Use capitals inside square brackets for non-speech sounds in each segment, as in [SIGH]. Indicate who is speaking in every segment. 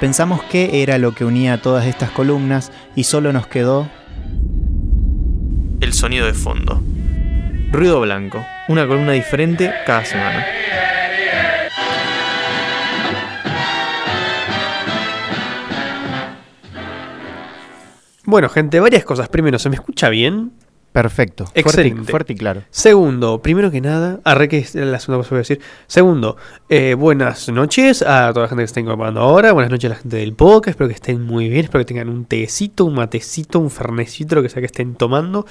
Speaker 1: Pensamos qué era lo que unía todas estas columnas y solo nos quedó
Speaker 2: el sonido de fondo. Ruido blanco, una columna diferente cada semana.
Speaker 3: Bueno, gente, varias cosas. Primero, ¿se me escucha bien?
Speaker 1: perfecto. Fuerte y-
Speaker 3: Excelente.
Speaker 1: Fuerte y claro.
Speaker 3: Segundo, primero que nada, arre que es la segunda cosa que voy a decir. Segundo, eh, buenas noches a toda la gente que se está incorporando ahora. Buenas noches a la gente del podcast. Espero que estén muy bien. Espero que tengan un tecito, un matecito, un fernecito, lo que sea que estén tomando.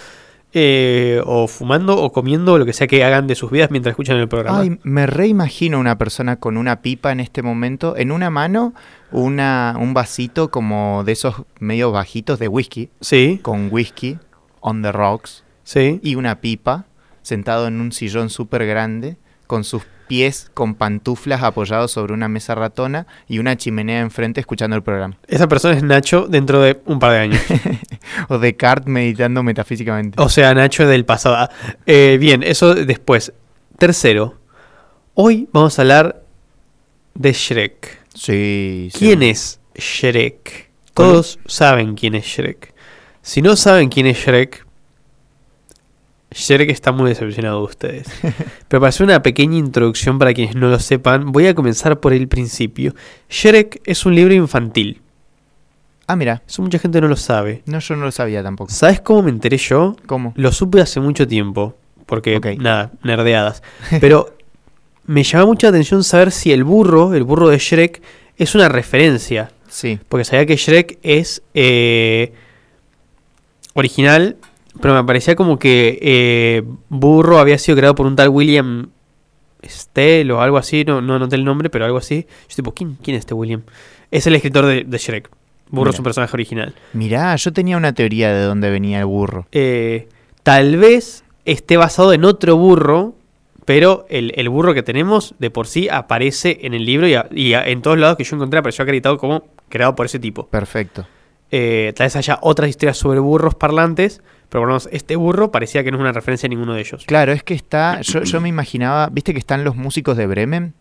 Speaker 3: eh, o fumando, o comiendo, lo que sea que hagan de sus vidas mientras escuchan el programa.
Speaker 1: Ay, me reimagino una persona con una pipa en este momento, en una mano una, un vasito como de esos medios bajitos de whisky,
Speaker 3: sí,
Speaker 1: con whisky on the rocks
Speaker 3: sí.
Speaker 1: y una pipa, sentado en un sillón súper grande, con sus pies con pantuflas apoyados sobre una mesa ratona y una chimenea enfrente escuchando el programa.
Speaker 3: Esa persona es Nacho dentro de un par de años.
Speaker 1: O Descartes meditando metafísicamente.
Speaker 3: O sea, Nacho del pasado. Ah, eh, bien, eso después. Tercero, hoy vamos a hablar de Shrek.
Speaker 1: Sí, sí.
Speaker 3: ¿Quién es Shrek?
Speaker 1: Con-
Speaker 3: Todos saben quién es Shrek. Si no saben quién es Shrek, Shrek está muy decepcionado
Speaker 1: [LAUGHS]
Speaker 3: de ustedes. Pero para hacer una pequeña introducción para quienes no lo sepan, voy a comenzar por el principio. Shrek es un libro infantil.
Speaker 1: Ah, mira.
Speaker 3: Eso mucha gente no lo sabe.
Speaker 1: No, yo no lo sabía tampoco.
Speaker 3: ¿Sabes cómo me enteré yo?
Speaker 1: ¿Cómo?
Speaker 3: Lo supe hace mucho tiempo, porque
Speaker 1: Ok.
Speaker 3: nada,
Speaker 1: [LAUGHS]
Speaker 3: nerdeadas. Pero me llama mucha atención saber si el burro, el burro de Shrek, es una referencia.
Speaker 1: Sí.
Speaker 3: Porque sabía que Shrek es eh, original, pero me parecía como que eh, burro había sido creado por un tal William Stell o algo así, no, no noté el nombre, pero algo así. Yo tipo, ¿quién, quién es este William? Es el escritor de, de Shrek. Burro es
Speaker 1: Mira.
Speaker 3: un personaje original.
Speaker 1: Mirá, yo tenía una teoría de dónde venía el burro.
Speaker 3: eh, tal vez esté basado en otro burro, pero el, el burro que tenemos de por sí aparece en el libro y, a- y a- en todos lados que yo encontré apareció acreditado como creado por ese tipo.
Speaker 1: Perfecto.
Speaker 3: Eh, tal vez haya otras historias sobre burros parlantes, pero por lo menos este burro parecía que no es una referencia a ninguno de ellos.
Speaker 1: Claro, es que está. Yo, yo me imaginaba. ¿Viste que están los músicos de Bremen?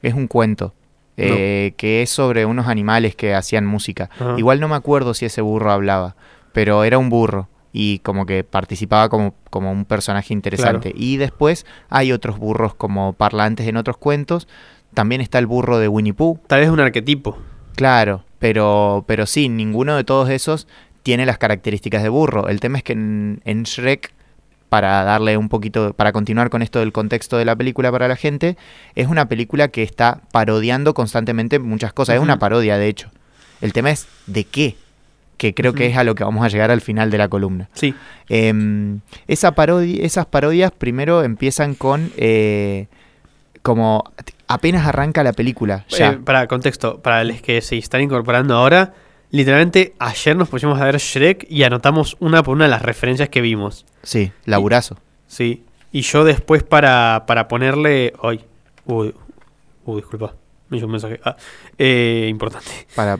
Speaker 1: Es un cuento. eh, que es sobre unos animales que hacían música.
Speaker 3: Ajá.
Speaker 1: Igual no me acuerdo si ese burro hablaba, pero era un burro y como que participaba como, como un personaje interesante. Y después hay otros burros como parlantes en otros cuentos. También está el burro de Winnie Pooh,
Speaker 3: Tal vez un arquetipo.
Speaker 1: Claro, pero, pero sí, ninguno de todos esos tiene las características de burro. El tema es que en, en Shrek, para darle un poquito, para continuar con esto del contexto de la película para la gente, es una película que está parodiando constantemente muchas cosas. Es una
Speaker 3: Ujú.
Speaker 1: parodia, de hecho. El tema es de qué, que creo que
Speaker 3: Ujú.
Speaker 1: es a lo que vamos a llegar al final de la columna.
Speaker 3: Sí,
Speaker 1: Em, esa parodi- esas parodias primero empiezan con eh, como apenas arranca la película. Ya.
Speaker 3: Eh, para contexto, para los que se están incorporando ahora, literalmente ayer nos pusimos a ver Shrek y anotamos una por una las referencias que vimos.
Speaker 1: sí, laburazo.
Speaker 3: Sí. Y yo después para, para ponerle. Ay. Uy. Uy, disculpa. Me llegó un mensaje. Ah, eh, importante. [LAUGHS]
Speaker 1: Para.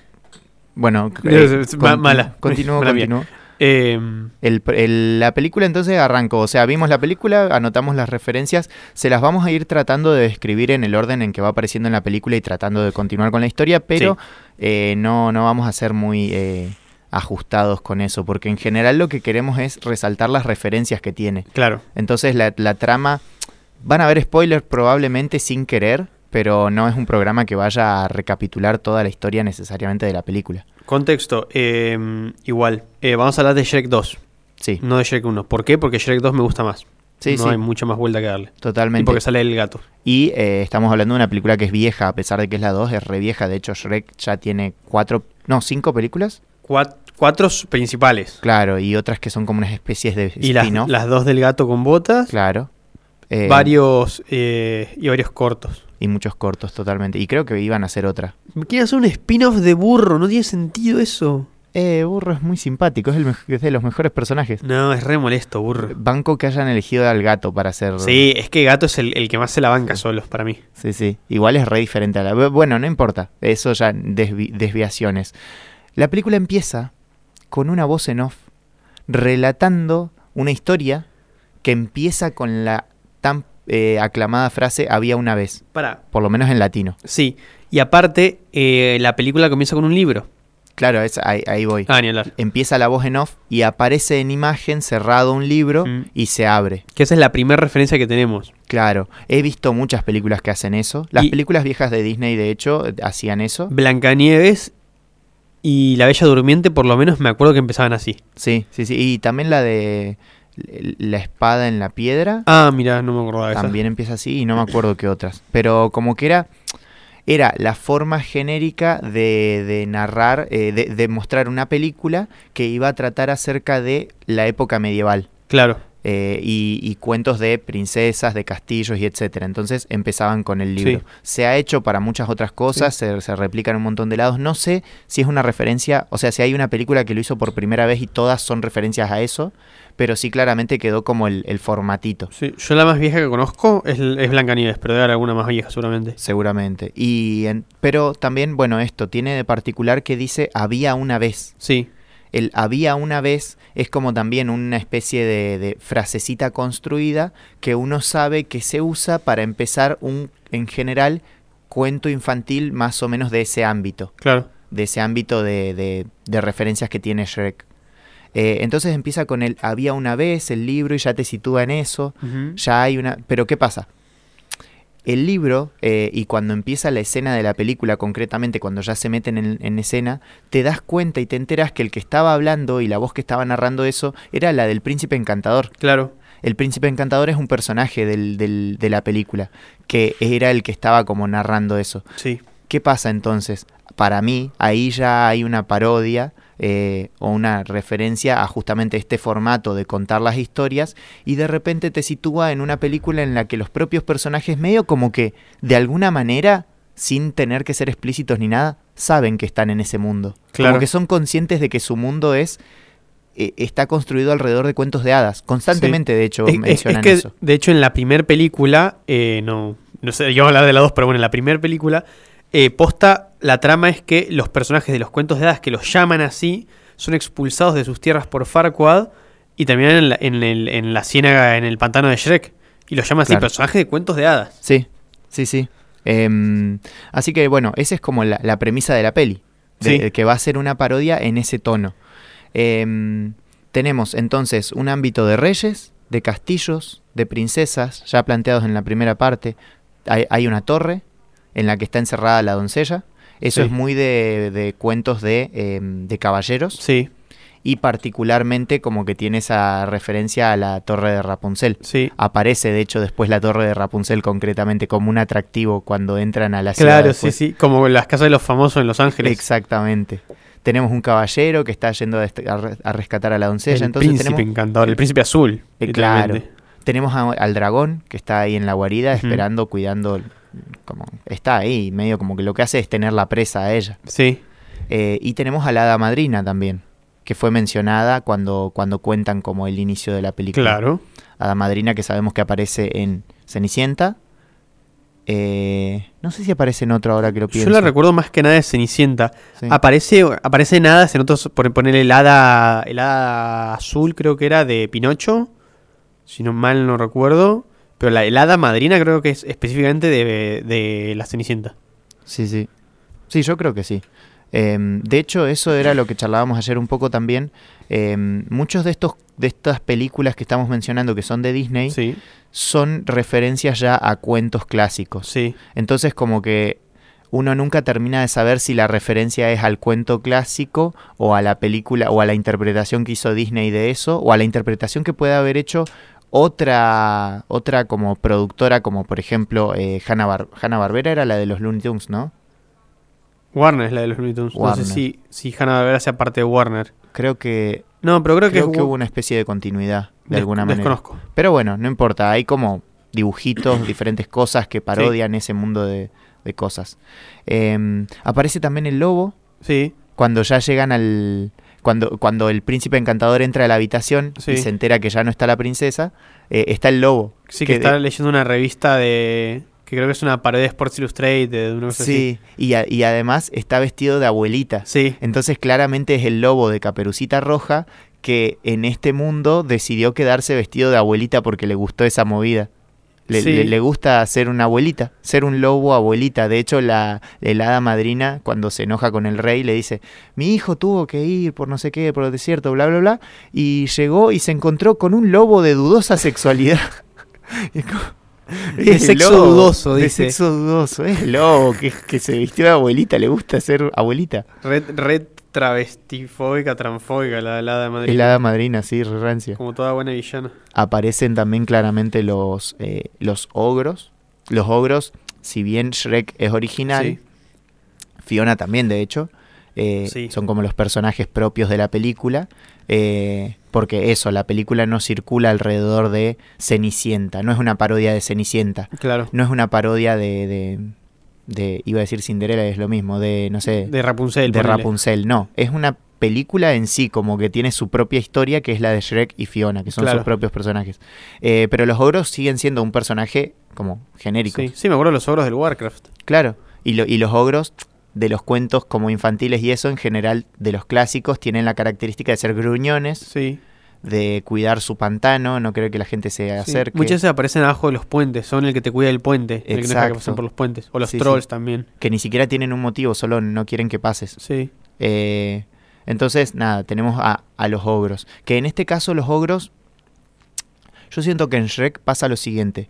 Speaker 1: Bueno, eh,
Speaker 3: No, es- ma-
Speaker 1: continu-
Speaker 3: mala.
Speaker 1: Continúo,
Speaker 3: [LAUGHS] Mala mía.
Speaker 1: continúo.
Speaker 3: Eh,
Speaker 1: El pr- el- la película entonces arrancó. O sea, vimos la película, anotamos las referencias, se las vamos a ir tratando de describir en el orden en que va apareciendo en la película y tratando de continuar con la historia, pero eh, no, no vamos a ser muy eh, ajustados con eso, porque en general lo que queremos es resaltar las referencias que tiene.
Speaker 3: claro.
Speaker 1: Entonces la, la trama. Van a haber spoilers probablemente sin querer, pero no es un programa que vaya a recapitular toda la historia necesariamente de la película.
Speaker 3: Contexto. eh, igual. Eh, vamos a hablar de Shrek 2.
Speaker 1: Sí.
Speaker 3: No de Shrek 1. ¿Por qué? Porque Shrek 2 me gusta más.
Speaker 1: Sí,
Speaker 3: Mm, no
Speaker 1: sí.
Speaker 3: hay mucha más vuelta que darle. Y
Speaker 1: Totalmente.
Speaker 3: porque sale el gato.
Speaker 1: Y eh, estamos hablando de una película que es vieja, a pesar de que es la 2, es re vieja. De hecho, Shrek ya tiene cuatro, no, cinco películas.
Speaker 3: Cuat- cuatro s- principales.
Speaker 1: Claro, y otras que son como unas especies de
Speaker 3: Y las,
Speaker 1: spin-off.
Speaker 3: las dos del gato con botas.
Speaker 1: Claro. Eh,
Speaker 3: Varios. eh, y varios cortos.
Speaker 1: Y muchos cortos, totalmente. Y creo que iban a hacer otra.
Speaker 3: Quieren hacer un spin-off de burro. No tiene sentido eso.
Speaker 1: Eh, Burro es muy simpático, es, el mej- es de los mejores personajes.
Speaker 3: No, es re molesto, burro.
Speaker 1: Banco que hayan elegido al gato para hacer.
Speaker 3: Sí, es que Gato es el, el que más se la banca solos para mí.
Speaker 1: Sí, sí. Igual es re diferente a la. bu- Bueno, no importa. Eso ya desvi- desviaciones. La película empieza con una voz en off relatando una historia que empieza con la tan eh, aclamada frase había una vez,
Speaker 3: Para.
Speaker 1: por lo menos en latino.
Speaker 3: Sí, Y aparte, eh, la película comienza con un libro.
Speaker 1: Claro, es, ahí, ahí voy.
Speaker 3: Ah, ni hablar.
Speaker 1: Empieza la voz en off y aparece en imagen cerrado un libro
Speaker 3: Mm.
Speaker 1: y se abre.
Speaker 3: Que esa es la primera referencia que tenemos.
Speaker 1: Claro, he visto muchas películas que hacen eso. Las
Speaker 3: Y-
Speaker 1: películas viejas de Disney, de hecho, hacían eso.
Speaker 3: Blancanieves y La Bella Durmiente, por lo menos me acuerdo que empezaban así.
Speaker 1: Sí, sí, sí. Y también la de La espada en la piedra.
Speaker 3: Ah, mira, no me acordaba de esa.
Speaker 1: También empieza así y no me acuerdo qué otras. Pero como que era, era la forma genérica de, de narrar, eh, de, de mostrar una película que iba a tratar acerca de la época medieval.
Speaker 3: Claro.
Speaker 1: eh, y, y cuentos de princesas, de castillos y etcétera. Entonces empezaban con el libro.
Speaker 3: Sí.
Speaker 1: Se ha hecho para muchas otras cosas, se, se replica en un montón de lados. No sé si es una referencia, o sea, si hay una película que lo hizo por primera vez y todas son referencias a eso, pero sí claramente quedó como el- el formatito.
Speaker 3: Sí, yo la más vieja que conozco es, es Blancanieves, pero debe haber alguna más vieja seguramente.
Speaker 1: Seguramente. Y en- pero también, bueno, esto tiene de particular que dice había una vez.
Speaker 3: Sí,
Speaker 1: El había una vez es como también una especie de, de frasecita construida que uno sabe que se usa para empezar un, en general, cuento infantil más o menos de ese ámbito,
Speaker 3: claro.
Speaker 1: de ese ámbito de, de- de referencias que tiene Shrek. Eh, entonces empieza con el había una vez, el libro, y ya te sitúa en eso ya hay una... Pero ¿qué pasa? El libro, eh, y cuando empieza la escena de la película, concretamente cuando ya se meten en, en escena, te das cuenta y te enteras que el que estaba hablando y la voz que estaba narrando eso era la del príncipe encantador.
Speaker 3: Claro.
Speaker 1: El príncipe encantador es un personaje del- del- de la película, que era el que estaba como narrando eso.
Speaker 3: Sí.
Speaker 1: ¿Qué pasa entonces? Para mí, ahí ya hay una parodia eh, o una referencia a justamente este formato de contar las historias y de repente te sitúa en una película en la que los propios personajes medio como que, de alguna manera, sin tener que ser explícitos ni nada, saben que están en ese mundo.
Speaker 3: Claro.
Speaker 1: Como que son conscientes de que su mundo es... eh, Está construido alrededor de cuentos de hadas. Constantemente, de hecho,
Speaker 3: Es- es- Es,
Speaker 1: mencionan
Speaker 3: que,
Speaker 1: eso.
Speaker 3: de hecho, en la primera película, eh, no, no sé, yo voy a hablar de la 2, pero bueno, en la primera película, eh, posta, la trama es que los personajes de los cuentos de hadas que los llaman así son expulsados de sus tierras por Farquaad y terminan en la, en el- en la ciénaga, en el pantano de Shrek. Y los llaman así,
Speaker 1: Claro.
Speaker 3: personajes de cuentos de hadas.
Speaker 1: Sí, sí, sí. Em, así que bueno, esa es como la, la premisa de la peli, de-
Speaker 3: Sí.
Speaker 1: de que va a ser una parodia en ese tono. Em, tenemos entonces un ámbito de reyes, de castillos, de princesas, ya planteados en la primera parte. Hay, hay una torre en la que está encerrada la doncella. Eso
Speaker 3: Sí.
Speaker 1: es muy de, de cuentos de, em, de caballeros
Speaker 3: Sí,
Speaker 1: y particularmente como que tiene esa referencia a la torre de Rapunzel.
Speaker 3: sí.
Speaker 1: Aparece, de hecho, después la torre de Rapunzel concretamente como un atractivo cuando entran a la ciudad.
Speaker 3: Claro, Ah, sí,
Speaker 1: después.
Speaker 3: sí. Como las casas de los famosos en Los Ángeles.
Speaker 1: Exactamente. Tenemos un caballero que está yendo a, dest- a re- a rescatar a la doncella.
Speaker 3: El
Speaker 1: Entonces
Speaker 3: príncipe
Speaker 1: tenemos,
Speaker 3: encantador, el príncipe azul.
Speaker 1: Eh,
Speaker 3: literalmente.
Speaker 1: claro. tenemos a- al dragón que está ahí en la guarida
Speaker 3: Ujú.
Speaker 1: esperando, cuidando. Como, está ahí, medio como que lo que hace es tener la presa a ella.
Speaker 3: Sí,
Speaker 1: Eh, y tenemos a la hada madrina también, que fue mencionada cuando, cuando cuentan como el inicio de la película.
Speaker 3: claro.
Speaker 1: Hada Madrina que sabemos que aparece en Cenicienta. Eh, no sé si aparece en otro ahora que lo pienso.
Speaker 3: Yo la recuerdo más que nada de Cenicienta.
Speaker 1: Sí.
Speaker 3: Aparece, aparece en hadas en otros, por poner el hada, el hada azul creo que era de Pinocho, si no mal no recuerdo, pero la, el hada madrina creo que es específicamente de, de la Cenicienta.
Speaker 1: Sí, sí. Sí, yo creo que sí. Eh, de hecho, eso era lo que charlábamos ayer un poco también. Eh, muchos de estos de estas películas que estamos mencionando que son de Disney
Speaker 3: Sí,
Speaker 1: son referencias ya a cuentos clásicos.
Speaker 3: sí,
Speaker 1: Entonces, como que uno nunca termina de saber si la referencia es al cuento clásico o a la película o a la interpretación que hizo Disney de eso o a la interpretación que puede haber hecho otra otra como productora como por ejemplo eh, Hanna, Bar- Hanna Barbera era la de los Looney Tunes, ¿no?
Speaker 3: Warner es la de los Looney Tunes. No
Speaker 1: Warner.
Speaker 3: sé si, si Hanna Barbera sea parte de Warner.
Speaker 1: Creo que
Speaker 3: No, pero creo,
Speaker 1: creo
Speaker 3: que,
Speaker 1: que hubo una especie de continuidad de alguna
Speaker 3: des-
Speaker 1: manera.
Speaker 3: Desconozco.
Speaker 1: Pero bueno, no importa, hay como dibujitos, [COUGHS] diferentes cosas que parodian ese mundo de, de cosas. Em, aparece también el lobo,
Speaker 3: Sí,
Speaker 1: cuando ya llegan al cuando cuando el príncipe encantador entra a la habitación
Speaker 3: Sí.
Speaker 1: y se entera que ya no está la princesa eh, está el lobo
Speaker 3: sí que,
Speaker 1: Que
Speaker 3: está
Speaker 1: de-
Speaker 3: leyendo una revista de... que creo que es una pared de Sports Illustrated, de una cosa así.
Speaker 1: sí y, a- y además está vestido de abuelita
Speaker 3: Sí,
Speaker 1: entonces claramente es el lobo de caperucita roja que en este mundo decidió quedarse vestido de abuelita porque le gustó esa movida Le,
Speaker 2: Sí.
Speaker 1: le- le gusta ser una abuelita, ser un lobo abuelita. De hecho, la, el hada madrina, cuando se enoja con el rey, le dice, mi hijo tuvo que ir por no sé qué, por el desierto, bla, bla, bla. Y llegó y se encontró con un lobo de dudosa sexualidad. [LAUGHS] Y es [LAUGHS] como-
Speaker 3: De
Speaker 1: es
Speaker 3: sexo
Speaker 1: lobo,
Speaker 3: dudoso,
Speaker 1: de
Speaker 3: dice.
Speaker 1: sexo dudoso, es lobo, que, que se vistió de abuelita, le gusta ser abuelita.
Speaker 3: Red, red travestifóbica, transfóbica, la helada de Madrid.
Speaker 1: Es la hada madrina, sí, re rancia.
Speaker 3: Como toda buena villana.
Speaker 1: aparecen también claramente los, eh, los ogros. Los ogros, si bien Shrek es original,
Speaker 3: Sí.
Speaker 1: Fiona también, de hecho, eh,
Speaker 3: Sí.
Speaker 1: son como los personajes propios de la película. eh, porque eso, la película no circula alrededor de Cenicienta, no es una parodia de Cenicienta,
Speaker 3: Claro.
Speaker 1: no es una parodia de. de, de- iba a decir Cinderella, es lo mismo, de no sé.
Speaker 3: De Rapunzel.
Speaker 1: eh, de
Speaker 3: ponele.
Speaker 1: Rapunzel, no, es una película en sí, como que tiene su propia historia, que es la de Shrek y Fiona, que son
Speaker 3: Claro.
Speaker 1: sus propios personajes. Eh, pero los ogros siguen siendo un personaje como genérico.
Speaker 3: Sí. sí, me acuerdo de los ogros del Warcraft.
Speaker 1: Claro. Y, lo- y los ogros de los cuentos como infantiles y eso, en general, de los clásicos, tienen la característica de ser gruñones,
Speaker 3: Sí.
Speaker 1: de cuidar su pantano, no creo que la gente se
Speaker 3: sí.
Speaker 1: acerque.
Speaker 3: Muchas veces aparecen abajo de los puentes. Son el que te cuida el puente. El que no deja que
Speaker 1: Exacto.
Speaker 3: pasen por los puentes. O los
Speaker 1: Sí, sí.
Speaker 3: trolls también.
Speaker 1: Que ni siquiera tienen un motivo, solo no quieren que pases.
Speaker 3: Sí.
Speaker 1: Eh, entonces, nada, tenemos a, a los ogros. Que en este caso los ogros, yo siento que en Shrek pasa lo siguiente.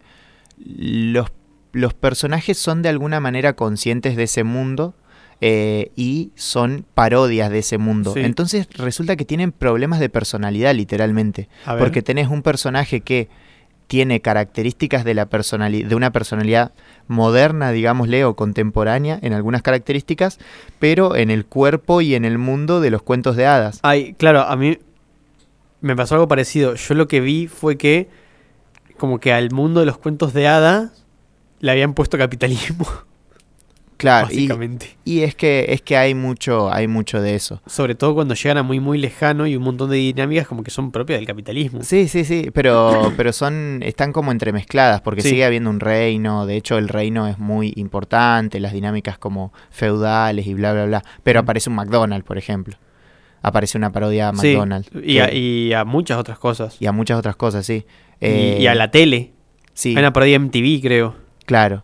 Speaker 1: Los, los personajes son de alguna manera conscientes de ese mundo eh, y son parodias de ese mundo.
Speaker 3: Sí.
Speaker 1: Entonces resulta que tienen problemas de personalidad literalmente.
Speaker 3: A ver.
Speaker 1: Porque tenés un personaje que tiene características de, la personali- de una personalidad moderna, digámosle, o contemporánea en algunas características, pero en el cuerpo y en el mundo de los cuentos de hadas.
Speaker 3: Ay, claro, a mí me pasó algo parecido. Yo lo que vi fue que como que al mundo de los cuentos de hadas le habían puesto capitalismo, [LAUGHS]
Speaker 1: Claro, Ah, y,
Speaker 3: básicamente.
Speaker 1: y es que es que hay mucho hay mucho de eso.
Speaker 3: Sobre todo cuando llegan a muy muy lejano y un montón de dinámicas como que son propias del capitalismo.
Speaker 1: Sí, sí, sí,
Speaker 3: [COUGHS]
Speaker 1: pero pero son están como entremezcladas porque
Speaker 3: Sí.
Speaker 1: sigue habiendo un reino, de hecho el reino es muy importante, las dinámicas como feudales y bla bla bla,
Speaker 3: Mm.
Speaker 1: pero aparece un McDonald's, por ejemplo. Aparece una parodia a
Speaker 3: Sí,
Speaker 1: McDonald's.
Speaker 3: y, a,
Speaker 1: que-
Speaker 3: y a muchas otras cosas.
Speaker 1: y a muchas otras cosas, sí.
Speaker 3: Y-
Speaker 1: Eh,
Speaker 3: y, a la tele.
Speaker 1: Sí,
Speaker 3: Hay una parodia MTV, creo.
Speaker 1: claro.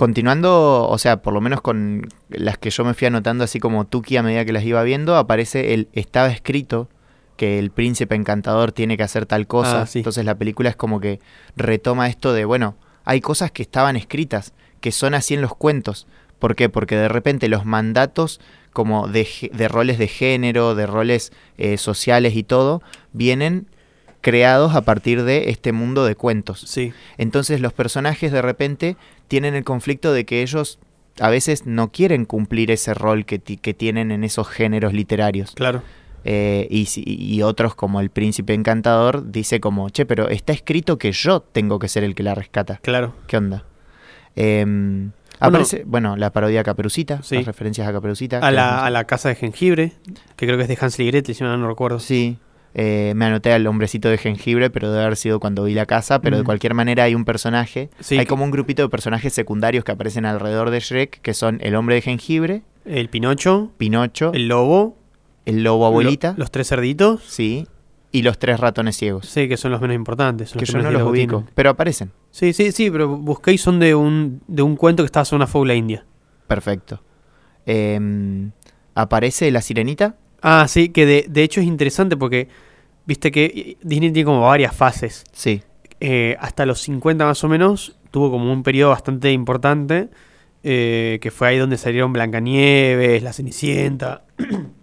Speaker 1: Continuando, o sea, por lo menos con las que yo me fui anotando así como Tuki a medida que las iba viendo, aparece el estaba escrito que el príncipe encantador tiene que hacer tal cosa.
Speaker 3: Ah, sí.
Speaker 1: Entonces la película es como que retoma esto de, bueno, hay cosas que estaban escritas, que son así en los cuentos. ¿Por qué? Porque de repente los mandatos como de, gé- de roles de género, de roles eh, sociales y todo, vienen creados a partir de este mundo de cuentos.
Speaker 3: Sí.
Speaker 1: Entonces los personajes de repente tienen el conflicto de que ellos a veces no quieren cumplir ese rol que, ti- que tienen en esos géneros literarios.
Speaker 3: Claro.
Speaker 1: Eh, y, si- y otros como el príncipe encantador dice como, che, pero está escrito que yo tengo que ser el que la rescata.
Speaker 3: Claro.
Speaker 1: ¿Qué onda? Em, aparece, bueno, la parodia a Caperucita,
Speaker 3: Sí.
Speaker 1: las referencias a Caperucita.
Speaker 3: A
Speaker 1: que
Speaker 3: la,
Speaker 1: las-
Speaker 3: a la casa de jengibre, que creo que es de Hansel y Gretel, si mal no recuerdo.
Speaker 1: Sí, eh, me anoté al hombrecito de jengibre, pero debe haber sido cuando vi la casa. Pero de
Speaker 3: Mm.
Speaker 1: cualquier manera hay un personaje.
Speaker 3: Sí,
Speaker 1: hay
Speaker 3: que-
Speaker 1: como un grupito de personajes secundarios que aparecen alrededor de Shrek, que son el hombre de jengibre,
Speaker 3: El Pinocho,
Speaker 1: Pinocho, el,
Speaker 3: el lobo,
Speaker 1: lobo abuelita,
Speaker 3: lo- los tres cerditos.
Speaker 1: sí, y los tres ratones ciegos.
Speaker 3: Sí, que son los menos importantes. son
Speaker 1: Que
Speaker 3: que
Speaker 1: yo no
Speaker 3: menos
Speaker 1: los
Speaker 3: diálogo
Speaker 1: ubico,
Speaker 3: tienen.
Speaker 1: pero aparecen.
Speaker 3: Sí, sí, sí, pero busqué y son de un, de un cuento que está sobre una fábula india.
Speaker 1: Perfecto. Em, aparece la sirenita.
Speaker 3: Ah, sí, que de, de hecho es interesante porque viste que Disney tiene como varias fases.
Speaker 1: Sí,
Speaker 3: Eh, hasta los 50 más o menos tuvo como un periodo bastante importante, eh, que fue ahí donde salieron Blancanieves, La Cenicienta, [CLEARS THROAT]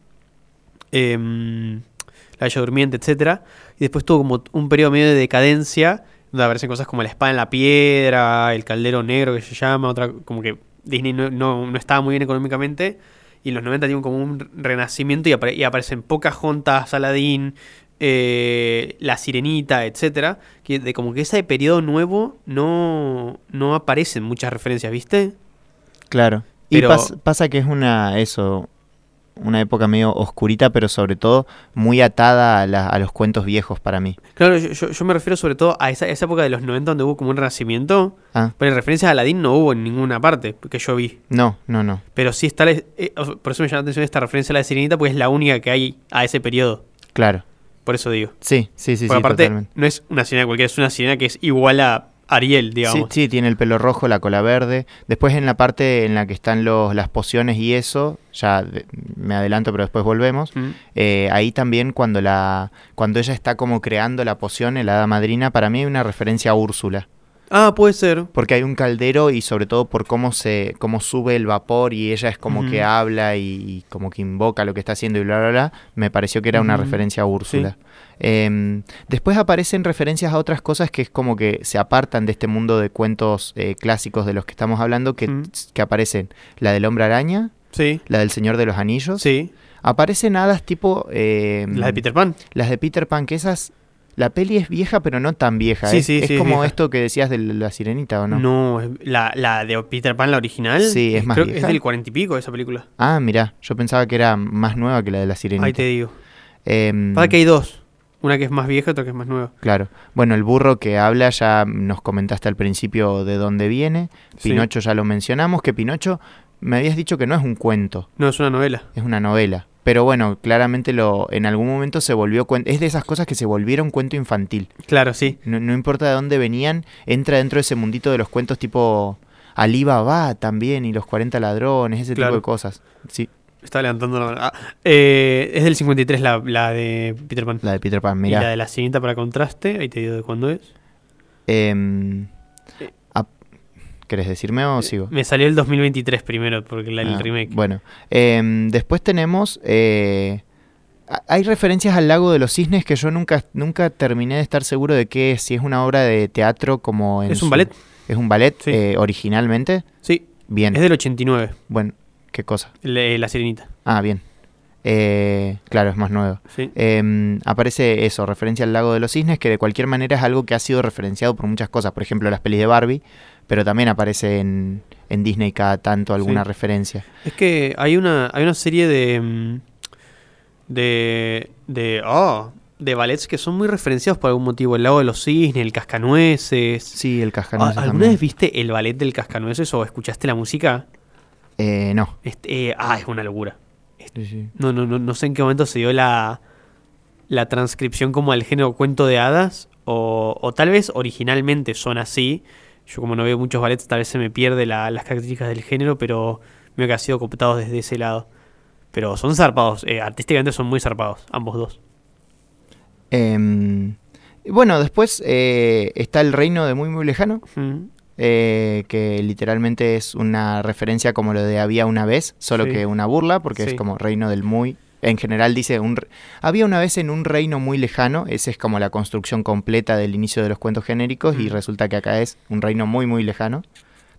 Speaker 3: em, La Bella Durmiente, etcétera Y después tuvo como un periodo medio de decadencia, donde aparecen cosas como La Espada en la Piedra, El Caldero Negro que se llama, otra como que Disney no, no- no estaba muy bien económicamente. Y en los 90 tiene como un renacimiento y, apare- y aparecen Pocahontas, Aladdin, eh, La Sirenita, etcétera Que de como que ese periodo nuevo no, no aparecen muchas referencias, ¿viste?
Speaker 1: claro.
Speaker 3: Pero-
Speaker 1: Y pas- pasa que es una, eso, una época medio oscurita, pero sobre todo muy atada a, la- a los cuentos viejos para mí.
Speaker 3: Claro, yo, yo- yo me refiero sobre todo a esa, esa época de los 90 donde hubo como un renacimiento,
Speaker 1: Ah,
Speaker 3: pero en referencias a Aladdin no hubo en ninguna parte que yo vi.
Speaker 1: no, no, no.
Speaker 3: Pero sí está, la- eh, o- por eso me llama la atención esta referencia a la Sirenita, porque es la única que hay a ese periodo.
Speaker 1: Claro.
Speaker 3: Por eso digo.
Speaker 1: Sí, sí, sí,
Speaker 3: Porque
Speaker 1: sí,
Speaker 3: aparte,
Speaker 1: totalmente.
Speaker 3: no es una sirena cualquiera, es una sirena que es igual a, Ariel,
Speaker 1: Sí,
Speaker 3: digamos.
Speaker 1: sí, tiene el pelo rojo, la cola verde. Después en la parte en la que están los, las pociones y eso, ya de- me adelanto, pero después volvemos.
Speaker 3: Mm.
Speaker 1: Eh, ahí también cuando la cuando ella está como creando la poción, el hada madrina, para mí hay una referencia a Úrsula.
Speaker 3: Ah, puede ser.
Speaker 1: Porque hay un caldero y sobre todo por cómo se cómo sube el vapor y ella es como
Speaker 3: Ujú.
Speaker 1: que habla y, y como que invoca lo que está haciendo y bla, bla, bla. Me pareció que era una
Speaker 3: Ujú.
Speaker 1: referencia a Úrsula. Em, después aparecen referencias a otras cosas que es como que se apartan de este mundo de cuentos eh, clásicos de los que estamos hablando, que,
Speaker 3: Mm.
Speaker 1: que aparecen la del hombre araña,
Speaker 3: Sí.
Speaker 1: la del Señor de los Anillos.
Speaker 3: Sí.
Speaker 1: Aparecen hadas tipo... em,
Speaker 3: La de Peter Pan.
Speaker 1: las de Peter Pan, que esas... La peli es vieja, pero no tan vieja.
Speaker 3: Sí,
Speaker 1: es,
Speaker 3: sí,
Speaker 1: es
Speaker 3: sí, es
Speaker 1: como
Speaker 3: vieja.
Speaker 1: esto que decías de la sirenita, ¿o no?
Speaker 3: No, es- la, la de Peter Pan, la original.
Speaker 1: Sí, es más
Speaker 3: creo que
Speaker 1: vieja.
Speaker 3: es del cuarenta y pico esa película.
Speaker 1: Ah, mirá, yo pensaba que era más nueva que la de la sirenita.
Speaker 3: Ahí te digo.
Speaker 1: Em,
Speaker 3: Para que hay dos. Una que es más vieja y otra que es más nueva.
Speaker 1: Claro. Bueno, el burro que habla ya nos comentaste al principio de dónde viene.
Speaker 3: Sí.
Speaker 1: Pinocho ya lo mencionamos, que Pinocho me habías dicho que no es un cuento,
Speaker 3: No, es una novela.
Speaker 1: es una novela. Pero bueno, claramente lo en algún momento se volvió cuento. Es de esas cosas que se volvieron cuento infantil.
Speaker 3: Claro, sí.
Speaker 1: No, no importa de dónde venían, entra dentro de ese mundito de los cuentos tipo Ali Baba también y los 40 ladrones, ese
Speaker 3: Claro.
Speaker 1: tipo de cosas. Sí,
Speaker 3: Estaba levantando la mano. Ah, eh, es del 53 la, la de Peter Pan.
Speaker 1: la de Peter Pan,
Speaker 3: y
Speaker 1: mirá.
Speaker 3: la de la sirenita para contraste. Ahí te digo de cuándo es.
Speaker 1: Em,
Speaker 3: Eh.
Speaker 1: ap- ¿Querés decirme o sigo?
Speaker 3: Me salió el 2023 primero, porque la, el
Speaker 1: Ah,
Speaker 3: remake.
Speaker 1: Bueno, Em, después tenemos. eh, a- hay referencias al lago de los cisnes que yo nunca, nunca terminé de estar seguro de qué es, si es una obra de teatro como en
Speaker 3: es un
Speaker 1: su-
Speaker 3: ballet.
Speaker 1: Es un ballet
Speaker 3: Sí.
Speaker 1: eh, originalmente.
Speaker 3: Sí.
Speaker 1: Bien.
Speaker 3: Es del 89,
Speaker 1: Bueno, qué cosa.
Speaker 3: la, la sirenita.
Speaker 1: Ah, bien. Eh, claro, es más nuevo.
Speaker 3: Sí.
Speaker 1: Em, aparece eso, referencia al lago de los cisnes, que de cualquier manera es algo que ha sido referenciado por muchas cosas. Por ejemplo, las pelis de Barbie, pero también aparece en, en Disney cada tanto alguna
Speaker 3: Sí.
Speaker 1: referencia.
Speaker 3: Es que hay una, hay una serie de. mm, de. de. ah, de ballets que son muy referenciados por algún motivo. El lago de los cisnes, el cascanueces.
Speaker 1: Sí, el
Speaker 3: Ah,
Speaker 1: cascanueces.
Speaker 3: ¿Alguna
Speaker 1: también.
Speaker 3: vez viste el ballet del cascanueces o escuchaste la música?
Speaker 1: Eh, no.
Speaker 3: Este, eh, ah, es una locura. No, no, no, no sé en qué momento se dio la, la transcripción como al género cuento de hadas. O, o tal vez originalmente son así. Yo como no veo muchos ballets, tal vez se me pierde la- las características del género, pero veo que ha sido cooptados desde ese lado. Pero son zarpados, eh, artísticamente son muy zarpados, ambos dos.
Speaker 1: Em, bueno, después eh, está el reino de muy muy lejano,
Speaker 3: Mm.
Speaker 1: eh, que literalmente es una referencia como lo de había una vez, solo
Speaker 3: Sí.
Speaker 1: que una burla, porque es
Speaker 3: Sí.
Speaker 1: como reino del muy. En general dice un re- había una vez en un reino muy lejano, esa es como la construcción completa del inicio de los cuentos genéricos y
Speaker 3: Mm.
Speaker 1: resulta que acá es un reino muy muy lejano.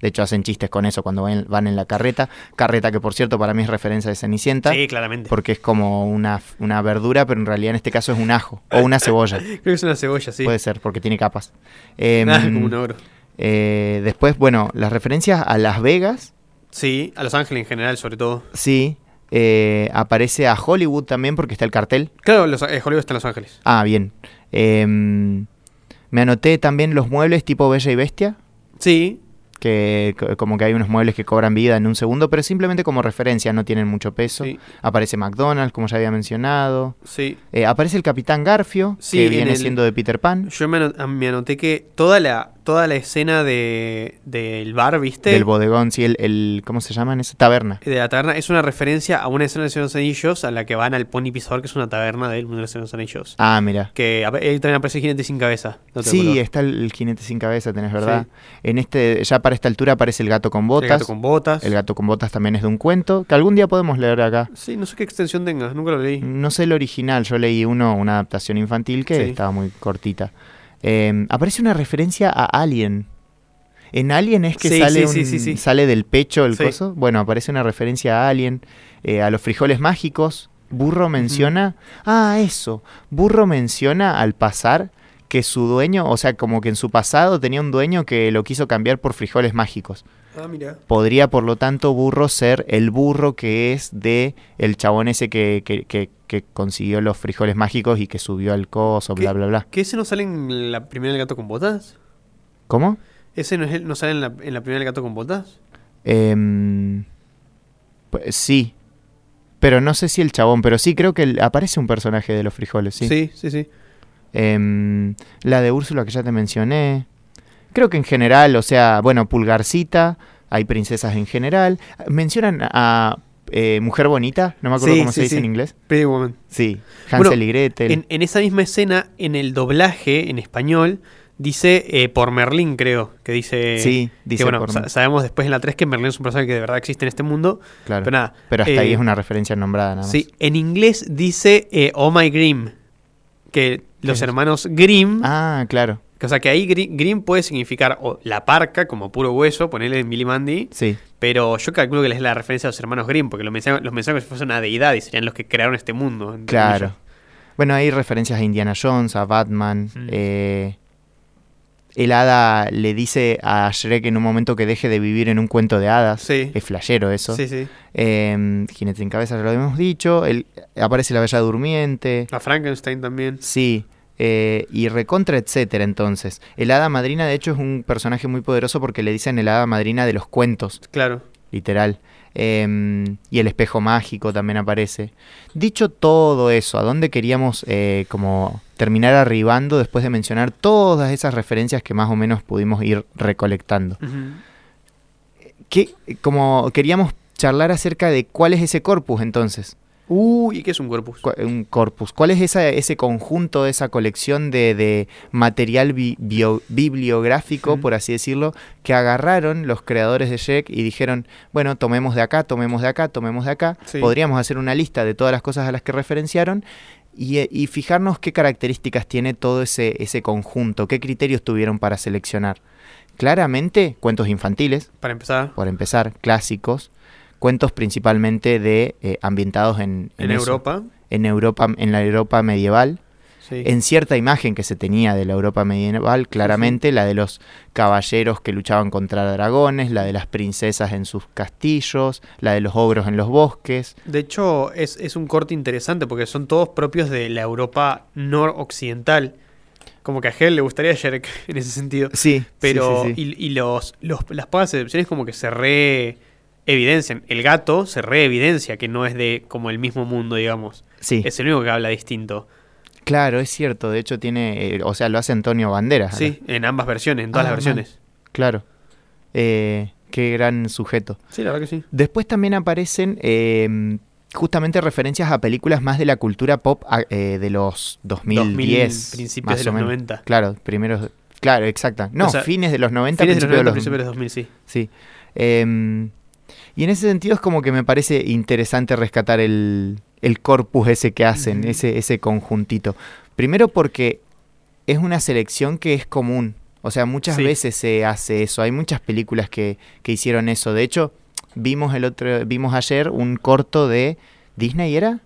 Speaker 1: De hecho hacen chistes con eso cuando van, van en la carreta, carreta que por cierto para mí es referencia de Cenicienta.
Speaker 3: Sí, claramente.
Speaker 1: Porque es como una, una verdura, pero en realidad en este caso es un ajo o una cebolla.
Speaker 3: [LAUGHS] Creo que es una cebolla, sí.
Speaker 1: Puede ser, porque tiene capas. Em,
Speaker 3: [LAUGHS] Ah, como un ogro.
Speaker 1: eh, después, bueno, las referencias a Las Vegas,
Speaker 3: Sí, a Los Ángeles en general, sobre todo.
Speaker 1: sí. Eh, aparece a Hollywood también porque está el cartel.
Speaker 3: Claro, los, eh, Hollywood está en Los Ángeles.
Speaker 1: Ah, bien. Em, me anoté también los muebles tipo Bella y Bestia,
Speaker 3: Sí,
Speaker 1: que co- como que hay unos muebles que cobran vida en un segundo, pero simplemente como referencia, no tienen mucho peso.
Speaker 3: sí,
Speaker 1: Aparece McDonald's, como ya había mencionado.
Speaker 3: sí.
Speaker 1: Eh, aparece el Capitán Garfio,
Speaker 3: Sí,
Speaker 1: que
Speaker 3: en
Speaker 1: viene
Speaker 3: el-
Speaker 1: siendo de Peter Pan.
Speaker 3: Yo me, ano- me anoté que toda la, toda la escena de, del bar, ¿viste?
Speaker 1: Del bodegón, sí, el, el- ¿cómo se llaman? Esa taberna.
Speaker 3: de la taberna es una referencia a una escena de Señor de los Anillos a la que van al Pony Pisador, que es una taberna del mundo de Señor de los Anillos.
Speaker 1: Ah, mira.
Speaker 3: Que ap- ahí también aparece el jinete sin cabeza. de otro
Speaker 1: sí,
Speaker 3: color.
Speaker 1: está el, el jinete sin cabeza, tenés verdad. En este, ya para esta altura aparece el gato con botas.
Speaker 3: El gato con botas.
Speaker 1: botas también es de un cuento, que algún día podemos leer acá.
Speaker 3: Sí, no sé qué extensión tenga, nunca lo leí.
Speaker 1: No sé el original, yo leí uno, una adaptación infantil que
Speaker 3: Sí.
Speaker 1: estaba muy cortita. Eh, aparece una referencia a Alien. En Alien es que
Speaker 3: Sí,
Speaker 1: sale,
Speaker 3: sí, sí,
Speaker 1: un-
Speaker 3: sí, sí.
Speaker 1: sale del pecho el
Speaker 3: Sí.
Speaker 1: coso. Bueno, aparece una referencia a Alien, eh, a los frijoles mágicos. Burro menciona. Ah, eso. Burro menciona al pasar que su dueño, o sea, como que en su pasado tenía un dueño que lo quiso cambiar por frijoles mágicos.
Speaker 3: Ah, mira.
Speaker 1: Podría, por lo tanto, burro ser el burro que es de el chabón ese que, que- que- que consiguió los frijoles mágicos y que subió al coso, bla,
Speaker 3: ¿Qué?
Speaker 1: bla, bla.
Speaker 3: ¿Que ese no sale en la primera del gato con botas?
Speaker 1: ¿Cómo?
Speaker 3: ¿Ese no, es el- no sale en la, en la primera del gato con botas?
Speaker 1: Em, pues, sí. Pero no sé si el chabón, pero sí creo que el- aparece un personaje de los frijoles, sí.
Speaker 3: sí, sí. sí.
Speaker 1: Em, la de Úrsula que ya te mencioné. Creo que en general, o sea, bueno, Pulgarcita, hay princesas en general. Mencionan a eh, Mujer Bonita, no me acuerdo
Speaker 3: Sí,
Speaker 1: cómo
Speaker 3: sí,
Speaker 1: se dice
Speaker 3: sí.
Speaker 1: en inglés.
Speaker 3: Pretty Woman.
Speaker 1: Sí, Hansel
Speaker 3: Bueno,
Speaker 1: y Gretel.
Speaker 3: En, en esa misma escena, en el doblaje en español, dice eh, por Merlín, creo, que dice...
Speaker 1: sí,
Speaker 3: eh, que,
Speaker 1: dice
Speaker 3: bueno,
Speaker 1: por
Speaker 3: sa-
Speaker 1: mí,
Speaker 3: sabemos después en la 3 que Merlín es un personaje que de verdad existe en este mundo.
Speaker 1: claro.
Speaker 3: Pero
Speaker 1: Pero,
Speaker 3: nada.
Speaker 1: hasta
Speaker 3: eh,
Speaker 1: ahí es una referencia nombrada nada más.
Speaker 3: Sí, en inglés dice eh, Oh My Grimm, que los
Speaker 1: es?
Speaker 3: hermanos Grimm,
Speaker 1: Ah, claro,
Speaker 3: que, o sea que ahí Gri- Grimm puede significar o la parca como puro hueso, ponerle en Billy Mandy,
Speaker 1: sí.
Speaker 3: pero yo calculo que les es la referencia a los hermanos Grimm, porque los mencionan, los mencionan como si fuese una deidad y serían los que crearon este mundo. entre
Speaker 1: Claro.
Speaker 3: comillas.
Speaker 1: Bueno, hay referencias a Indiana Jones, a Batman.
Speaker 3: Mm.
Speaker 1: eh, el hada le dice a Shrek en un momento que deje de vivir en un cuento de hadas.
Speaker 3: Sí.
Speaker 1: Es flayero eso.
Speaker 3: Sí, sí.
Speaker 1: Eh, Jinete sin cabeza, ya lo habíamos dicho. El- aparece la Bella Durmiente.
Speaker 3: A Frankenstein también.
Speaker 1: Sí. eh, y recontra, etcétera, entonces. El hada madrina, de hecho, es un personaje muy poderoso porque le dicen el hada madrina de los cuentos
Speaker 3: Claro.
Speaker 1: literal. Em, y el espejo mágico también aparece. Dicho todo eso, ¿a dónde queríamos eh, como terminar arribando después de mencionar todas esas referencias que más o menos pudimos ir recolectando?
Speaker 3: Ujú.
Speaker 1: Que como queríamos charlar acerca de cuál es ese corpus entonces,
Speaker 3: Uy, ¿y qué es un corpus?
Speaker 1: Cu- un corpus, cuál es esa- ese conjunto, esa colección de, de material bi- bio- bibliográfico,
Speaker 3: Ujú.
Speaker 1: por así decirlo, que agarraron los creadores de Shrek y dijeron, bueno, tomemos de acá, tomemos de acá, tomemos de acá,
Speaker 3: Sí.
Speaker 1: podríamos hacer una lista de todas las cosas a las que referenciaron y, eh, y fijarnos qué características tiene todo ese, ese conjunto, qué criterios tuvieron para seleccionar. Claramente, cuentos infantiles,
Speaker 3: Para empezar,
Speaker 1: por empezar, clásicos, cuentos principalmente de eh, ambientados en,
Speaker 3: en
Speaker 1: eso,
Speaker 3: Europa.
Speaker 1: en Europa, en la Europa medieval,
Speaker 3: Sí.
Speaker 1: en cierta imagen que se tenía de la Europa medieval, claramente, la de los caballeros que luchaban contra dragones, la de las princesas en sus castillos, la de los ogros en los bosques.
Speaker 3: De hecho, es, es un corte interesante porque son todos propios de la Europa noroccidental. Como que a Hell le gustaría a Shrek [LAUGHS] en ese sentido.
Speaker 1: Sí,
Speaker 3: Pero,
Speaker 1: sí, sí, sí.
Speaker 3: y, y los, los- las pocas excepciones como que se re evidencian. El gato se re evidencia que no es de como el mismo mundo, digamos.
Speaker 1: Sí,
Speaker 3: Es el único que habla distinto.
Speaker 1: claro, es cierto. De hecho, tiene, eh, o sea, lo hace Antonio Banderas.
Speaker 3: Sí, en ambas versiones, en todas
Speaker 1: Ah,
Speaker 3: las versiones.
Speaker 1: ahora, Claro. Eh, qué gran sujeto.
Speaker 3: Sí, la verdad que sí.
Speaker 1: Después también aparecen eh, justamente referencias a películas más de la cultura pop a- eh, de los 2010.
Speaker 3: 2000, principios
Speaker 1: más
Speaker 3: de
Speaker 1: o
Speaker 3: los
Speaker 1: menos.
Speaker 3: 90.
Speaker 1: Claro, primeros. Claro, exacta. No,
Speaker 3: O sea,
Speaker 1: fines de los 90,
Speaker 3: Fines de los 90,
Speaker 1: principios
Speaker 3: principios de los 2000, sí.
Speaker 1: Sí. Em, y en ese sentido es como que me parece interesante rescatar el, el corpus ese que hacen,
Speaker 3: Ujú.
Speaker 1: ese, ese conjuntito. Primero porque es una selección que es común. O sea, muchas
Speaker 3: Sí.
Speaker 1: veces se hace eso. Hay muchas películas que, que hicieron eso. De hecho, vimos el otro, vimos ayer un corto de Disney, ¿era?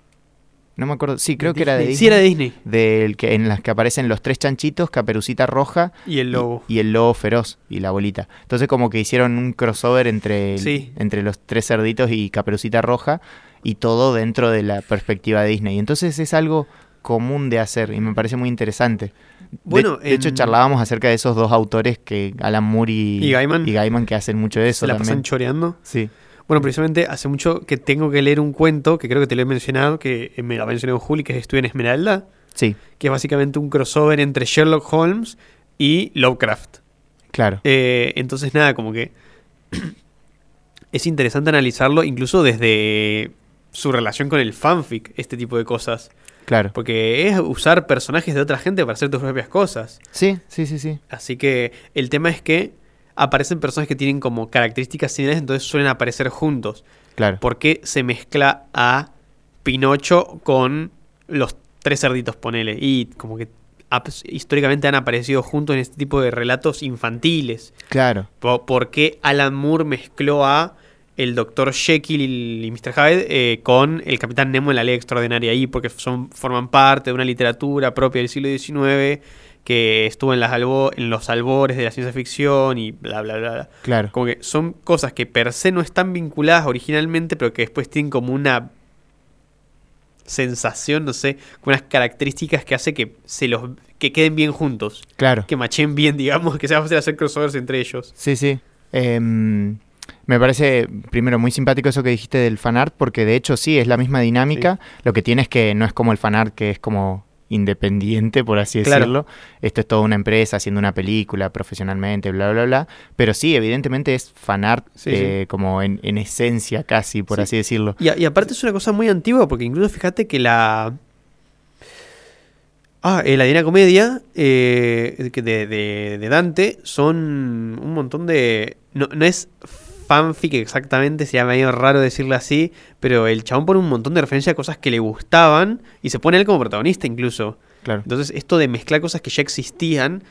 Speaker 1: No me acuerdo. Sí, creo que era de Disney.
Speaker 3: Sí, era de Disney.
Speaker 1: Del que, en las que aparecen los tres chanchitos, Caperucita Roja,
Speaker 3: Y el
Speaker 1: y-
Speaker 3: lobo.
Speaker 1: Y, el lobo feroz y la abuelita. Entonces como que hicieron un crossover entre, el-
Speaker 3: Sí.
Speaker 1: entre los tres cerditos y Caperucita Roja y todo dentro de la perspectiva de Disney. Entonces es algo común de hacer y me parece muy interesante. De-
Speaker 3: Bueno,
Speaker 1: de, hecho
Speaker 3: en-
Speaker 1: charlábamos acerca de esos dos autores que Alan Moore y,
Speaker 3: Y Gaiman.
Speaker 1: que hacen mucho de eso
Speaker 3: Se la pasan
Speaker 1: también.
Speaker 3: choreando.
Speaker 1: Sí.
Speaker 3: Bueno, precisamente hace mucho que tengo que leer un cuento que creo que te lo he mencionado, que eh, me lo ha mencionado Juli, que es Estudio en Esmeralda,
Speaker 1: Sí,
Speaker 3: que es básicamente un crossover entre Sherlock Holmes y Lovecraft.
Speaker 1: claro.
Speaker 3: Eh, entonces, nada, como que [CLEARS THROAT] es interesante analizarlo incluso desde su relación con el fanfic, este tipo de cosas.
Speaker 1: Claro.
Speaker 3: Porque es usar personajes de otra gente para hacer tus propias cosas.
Speaker 1: Sí, sí, sí, sí.
Speaker 3: Así que el tema es que aparecen personas que tienen como características similares, entonces suelen aparecer juntos.
Speaker 1: Claro.
Speaker 3: ¿Por qué se mezcla a Pinocho con los tres cerditos, ponele? Y como que ap- históricamente han aparecido juntos en este tipo de relatos infantiles.
Speaker 1: Claro.
Speaker 3: Po- ¿Por qué Alan Moore mezcló a el Dr. Jekyll y el Mr. Hyde eh, con el Capitán Nemo en la ley extraordinaria ahí? Porque son, forman parte de una literatura propia del siglo XIX que estuvo en, las albo- en los albores de la ciencia ficción y bla, bla, bla, bla.
Speaker 1: Claro.
Speaker 3: Como que son cosas que per se no están vinculadas originalmente, pero que después tienen como una sensación, no sé, con unas características que hace que se los que queden bien juntos,
Speaker 1: Claro.
Speaker 3: que machen bien, [LAUGHS] digamos, que sea fácil hacer crossovers entre ellos.
Speaker 1: Sí, sí. Em, me parece, primero, muy simpático eso que dijiste del fanart, porque de hecho sí, es la misma dinámica. Lo que tiene es que no es como el fanart, que es como independiente, por así
Speaker 3: Claro.
Speaker 1: decirlo. Esto es toda una empresa haciendo una película profesionalmente, bla, bla, bla. Pero sí, evidentemente es fanart
Speaker 3: Sí, sí.
Speaker 1: eh, como en, en esencia casi, por
Speaker 3: Sí.
Speaker 1: así decirlo.
Speaker 3: Y, a- y aparte es una cosa muy antigua, porque incluso fíjate que la. Ah, eh, la Divina Comedia eh, que de, de- de Dante son un montón de. No, no es fanfic exactamente, sería medio raro decirlo así, pero el chabón pone un montón de referencias a cosas que le gustaban y se pone él como protagonista incluso.
Speaker 1: Claro.
Speaker 3: Entonces, esto de mezclar cosas que ya existían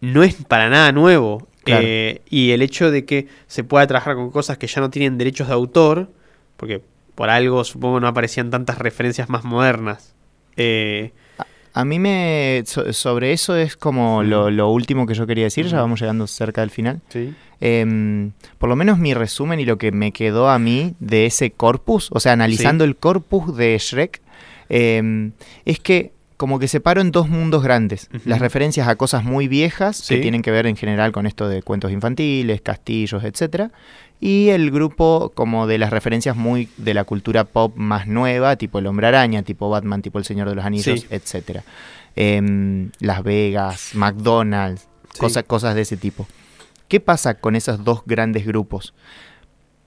Speaker 3: no es para nada nuevo.
Speaker 1: Claro.
Speaker 3: Eh, y el hecho de que se pueda trabajar con cosas que ya no tienen derechos de autor, porque por algo supongo no aparecían tantas referencias más modernas. Eh,
Speaker 1: A mí me. so- sobre eso es como lo, lo último que yo quería decir, ya
Speaker 3: Ujú.
Speaker 1: vamos llegando cerca del final. Em, por lo menos mi resumen y lo que me quedó a mí de ese corpus, o sea, analizando el corpus de Shrek, em, es que como que separo en dos mundos grandes.
Speaker 3: Ujú.
Speaker 1: Las referencias a cosas muy viejas,
Speaker 3: Sí.
Speaker 1: que tienen que ver en general con esto de cuentos infantiles, castillos, etcétera, Y el grupo como de las referencias muy de la cultura pop más nueva, tipo El Hombre Araña, tipo Batman, tipo El Señor de los Anillos,
Speaker 3: Sí.
Speaker 1: etcétera em, Las Vegas, McDonald's,
Speaker 3: Sí.
Speaker 1: cosas, cosas de ese tipo. ¿Qué pasa con esos dos grandes grupos?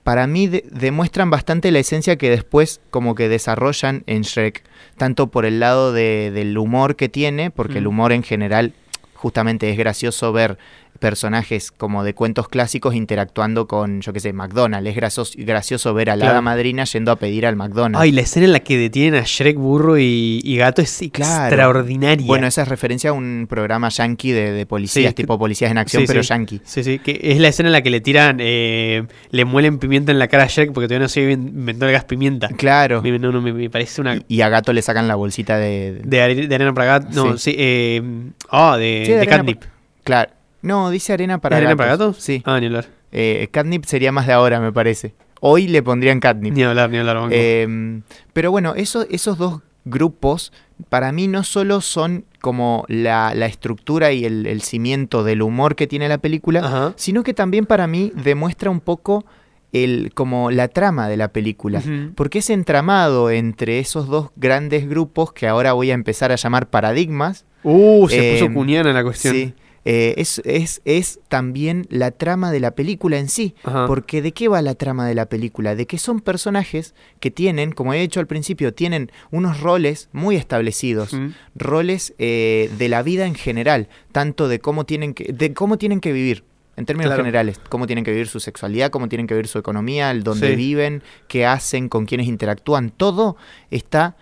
Speaker 1: Para mí de- demuestran bastante la esencia que después como que desarrollan en Shrek, tanto por el lado de- del humor que tiene, porque el
Speaker 3: Mm.
Speaker 1: humor en general justamente es gracioso ver personajes como de cuentos clásicos interactuando con, yo qué sé, McDonald's. Es gracioso, gracioso ver a la
Speaker 3: Claro.
Speaker 1: hada madrina yendo a pedir al McDonald's.
Speaker 3: Ay, la escena en la que detienen a Shrek, Burro y, y Gato es
Speaker 1: Claro.
Speaker 3: extraordinaria.
Speaker 1: Bueno, esa es referencia a un programa yankee de, de policías,
Speaker 3: Sí.
Speaker 1: tipo policías en acción,
Speaker 3: Sí,
Speaker 1: pero
Speaker 3: sí.
Speaker 1: yankee.
Speaker 3: Sí, sí, que es la escena en la que le tiran, eh, le muelen pimienta en la cara a Shrek porque todavía no se inventó el gas pimienta.
Speaker 1: Claro.
Speaker 3: Me- no, no, me- me parece Ah, una
Speaker 1: Y, y a gato le sacan la bolsita de.
Speaker 3: De, are- de arena para gato. No, sí. eh, ah, de,
Speaker 1: Sí, de
Speaker 3: de
Speaker 1: arena
Speaker 3: catnip.
Speaker 1: Claro. No, dice arena para
Speaker 3: ¿De arena
Speaker 1: gatos.
Speaker 3: para gatos?
Speaker 1: Sí.
Speaker 3: Ah, ni hablar.
Speaker 1: Eh, catnip sería más de ahora, me parece. Hoy le pondrían catnip.
Speaker 3: Ni hablar, ni hablar. banco.
Speaker 1: Eh, pero bueno, eso- esos dos grupos para mí no solo son como la, la estructura y el, el cimiento del humor que tiene la película,
Speaker 3: Ajá.
Speaker 1: sino que también para mí demuestra un poco el, como la trama de la película.
Speaker 3: Ujú.
Speaker 1: Porque ese entramado entre esos dos grandes grupos que ahora voy a empezar a llamar paradigmas,
Speaker 3: Uh, se
Speaker 1: Eh,
Speaker 3: puso cuniana la cuestión.
Speaker 1: sí, eh, es, es- es también la trama de la película en sí.
Speaker 3: Ajá.
Speaker 1: Porque de qué va la trama de la película? De que son personajes que tienen, como he dicho al principio, tienen unos roles muy establecidos,
Speaker 3: Ujú.
Speaker 1: roles eh, de la vida en general, tanto de cómo tienen que, de cómo tienen que vivir. En términos
Speaker 3: Claro.
Speaker 1: generales, cómo tienen que vivir su sexualidad, cómo tienen que vivir su economía, el dónde
Speaker 3: Sí.
Speaker 1: viven, qué hacen, con quiénes interactúan, todo está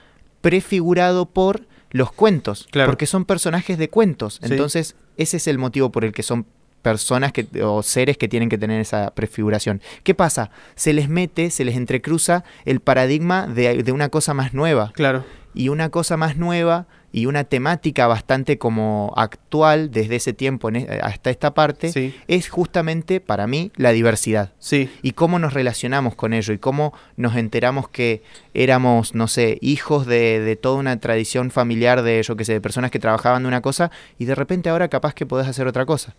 Speaker 1: prefigurado por los cuentos,
Speaker 3: Claro.
Speaker 1: porque son personajes de cuentos.
Speaker 3: Sí.
Speaker 1: Entonces, ese es el motivo por el que son personas que, o seres que tienen que tener esa prefiguración. ¿Qué pasa? Se les mete, se les entrecruza el paradigma de, de una cosa más nueva.
Speaker 3: Claro.
Speaker 1: Y una cosa más nueva y una temática bastante como actual desde ese tiempo en e- hasta esta parte
Speaker 3: Sí.
Speaker 1: es justamente, para mí, la diversidad
Speaker 3: Sí.
Speaker 1: y cómo nos relacionamos con ello y cómo nos enteramos que éramos, no sé, hijos de, de toda una tradición familiar de, yo qué sé, de personas que trabajaban de una cosa y de repente ahora capaz que podés hacer otra cosa,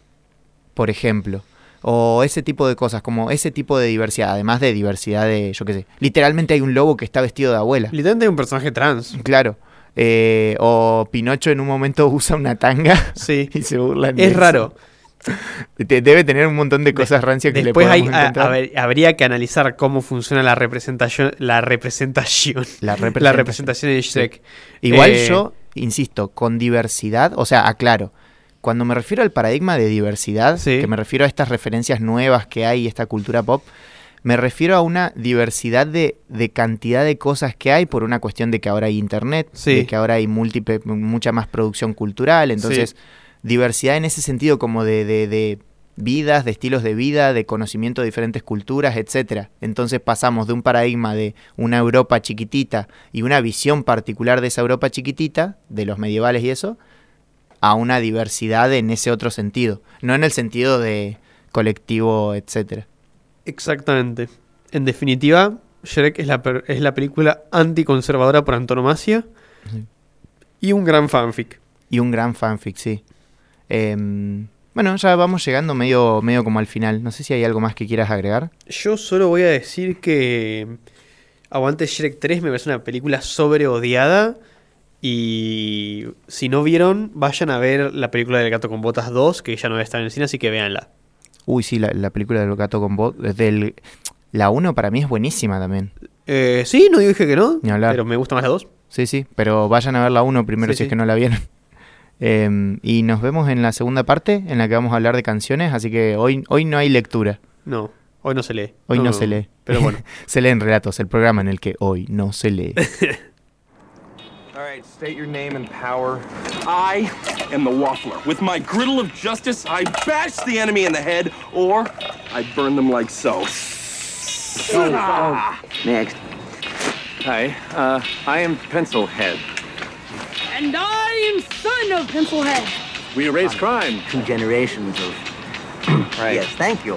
Speaker 1: por ejemplo. O ese tipo de cosas, como ese tipo de diversidad, además de diversidad de, yo qué sé, literalmente hay un lobo que está vestido de abuela.
Speaker 3: Literalmente hay un personaje trans.
Speaker 1: [LAUGHS] Claro. Eh, o Pinocho en un momento [LAUGHS] usa una tanga
Speaker 3: Sí.
Speaker 1: y se burlan. de
Speaker 3: es
Speaker 1: eso.
Speaker 3: raro.
Speaker 1: Te- Debe tener un montón de cosas rancias que
Speaker 3: Después
Speaker 1: le
Speaker 3: hay,
Speaker 1: podemos
Speaker 3: a-
Speaker 1: encontrar.
Speaker 3: a ver, habría que analizar cómo funciona la representación, la representación,
Speaker 1: la
Speaker 3: [LAUGHS] la
Speaker 1: representación.
Speaker 3: representación de Shrek.
Speaker 1: Igual
Speaker 3: Eh,
Speaker 1: yo, insisto, con diversidad, o sea, aclaro, cuando me refiero al paradigma de diversidad,
Speaker 3: Sí.
Speaker 1: que me refiero a estas referencias nuevas que hay, esta cultura pop, me refiero a una diversidad de, de cantidad de cosas que hay por una cuestión de que ahora hay internet,
Speaker 3: Sí.
Speaker 1: de que ahora hay múltiple, mucha más producción cultural, entonces diversidad en ese sentido como de, de- de vidas, de estilos de vida, de conocimiento de diferentes culturas, etcétera. Entonces pasamos de un paradigma de una Europa chiquitita y una visión particular de esa Europa chiquitita, de los medievales y eso, a una diversidad en ese otro sentido, no en el sentido de colectivo, etcétera.
Speaker 3: Exactamente. En definitiva, Shrek es la, per- es la película anticonservadora por antonomasia
Speaker 1: Sí.
Speaker 3: y un gran fanfic.
Speaker 1: Y un gran fanfic, sí. Em, bueno, ya vamos llegando medio, medio como al final. No sé si hay algo más que quieras agregar.
Speaker 3: Yo solo voy a decir que Aguante Shrek 3 me parece una película sobreodiada Y si no vieron, vayan a ver la película del gato con botas 2, que ya no está en el cine, así que véanla.
Speaker 1: Uy, sí, la, la película del gato con botas. Del... La 1 para mí es buenísima también.
Speaker 3: Eh, sí, no dije que no,
Speaker 1: Ni hablar.
Speaker 3: pero me gusta más la 2.
Speaker 1: Sí, sí, pero vayan a ver la 1 primero
Speaker 3: Sí,
Speaker 1: si
Speaker 3: sí.
Speaker 1: es que no la vieron. [LAUGHS] Em, y nos vemos en la segunda parte en la que vamos a hablar de canciones, así que hoy, hoy no hay lectura,
Speaker 3: No, hoy no se lee.
Speaker 1: hoy no, se lee.
Speaker 3: Pero bueno.
Speaker 1: [LAUGHS] se leen relatos, el programa en el que hoy no se lee.
Speaker 4: All right, state your name and power.
Speaker 5: I am the Waffler. With my griddle of justice, I bash the enemy in the head, or I burn them like so.
Speaker 6: Next.
Speaker 4: Hi, uh, I am Pencilhead.
Speaker 7: And I am son of Pencilhead.
Speaker 4: We erase crime.
Speaker 6: Um, Two generations of.
Speaker 4: Right.
Speaker 6: Yes, thank you.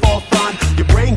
Speaker 8: for fun. Your brain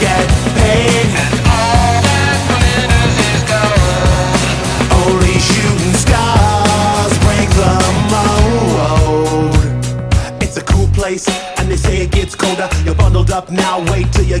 Speaker 8: get paid. Only shooting stars break the mold. It's a cool place, and they say it gets colder. You're bundled up now, wait till you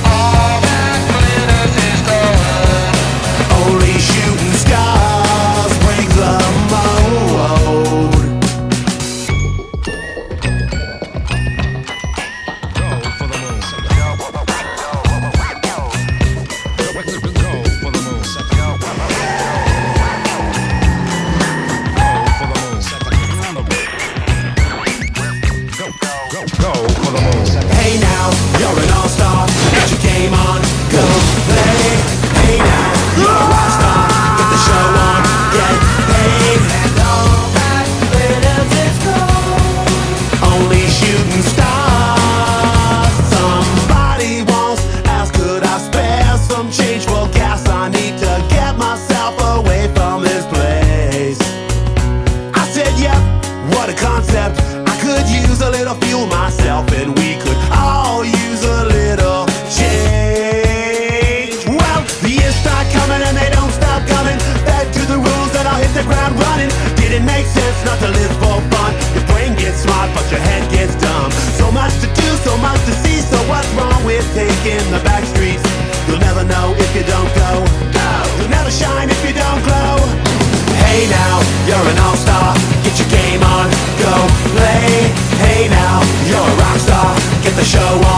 Speaker 8: Only shooting stars break the mold. Hey now, you're an all-star. Get your game on, go play. Hey now, you're a rock star. Get the show on, get paid. Only shooting stars. Somebody once asked, could I spare some change? Well, guess I need to get myself away from this place. I said, yep, what a concept. I could use a little fuel myself, and we could all use a little change. Well, the years start coming and they don't stop coming. Back to the rules that I'll hit the ground running. Didn't make sense not to live for fun. Your brain gets smart, but your head gets dumb. So much to do, so much to see. So what's wrong with taking the back streets? You'll never know if you don't go. Go. You'll never shine if you don't glow. Hey now, you're an all-star. Get your game on, go play. Hey now, you're a rock star. Get the show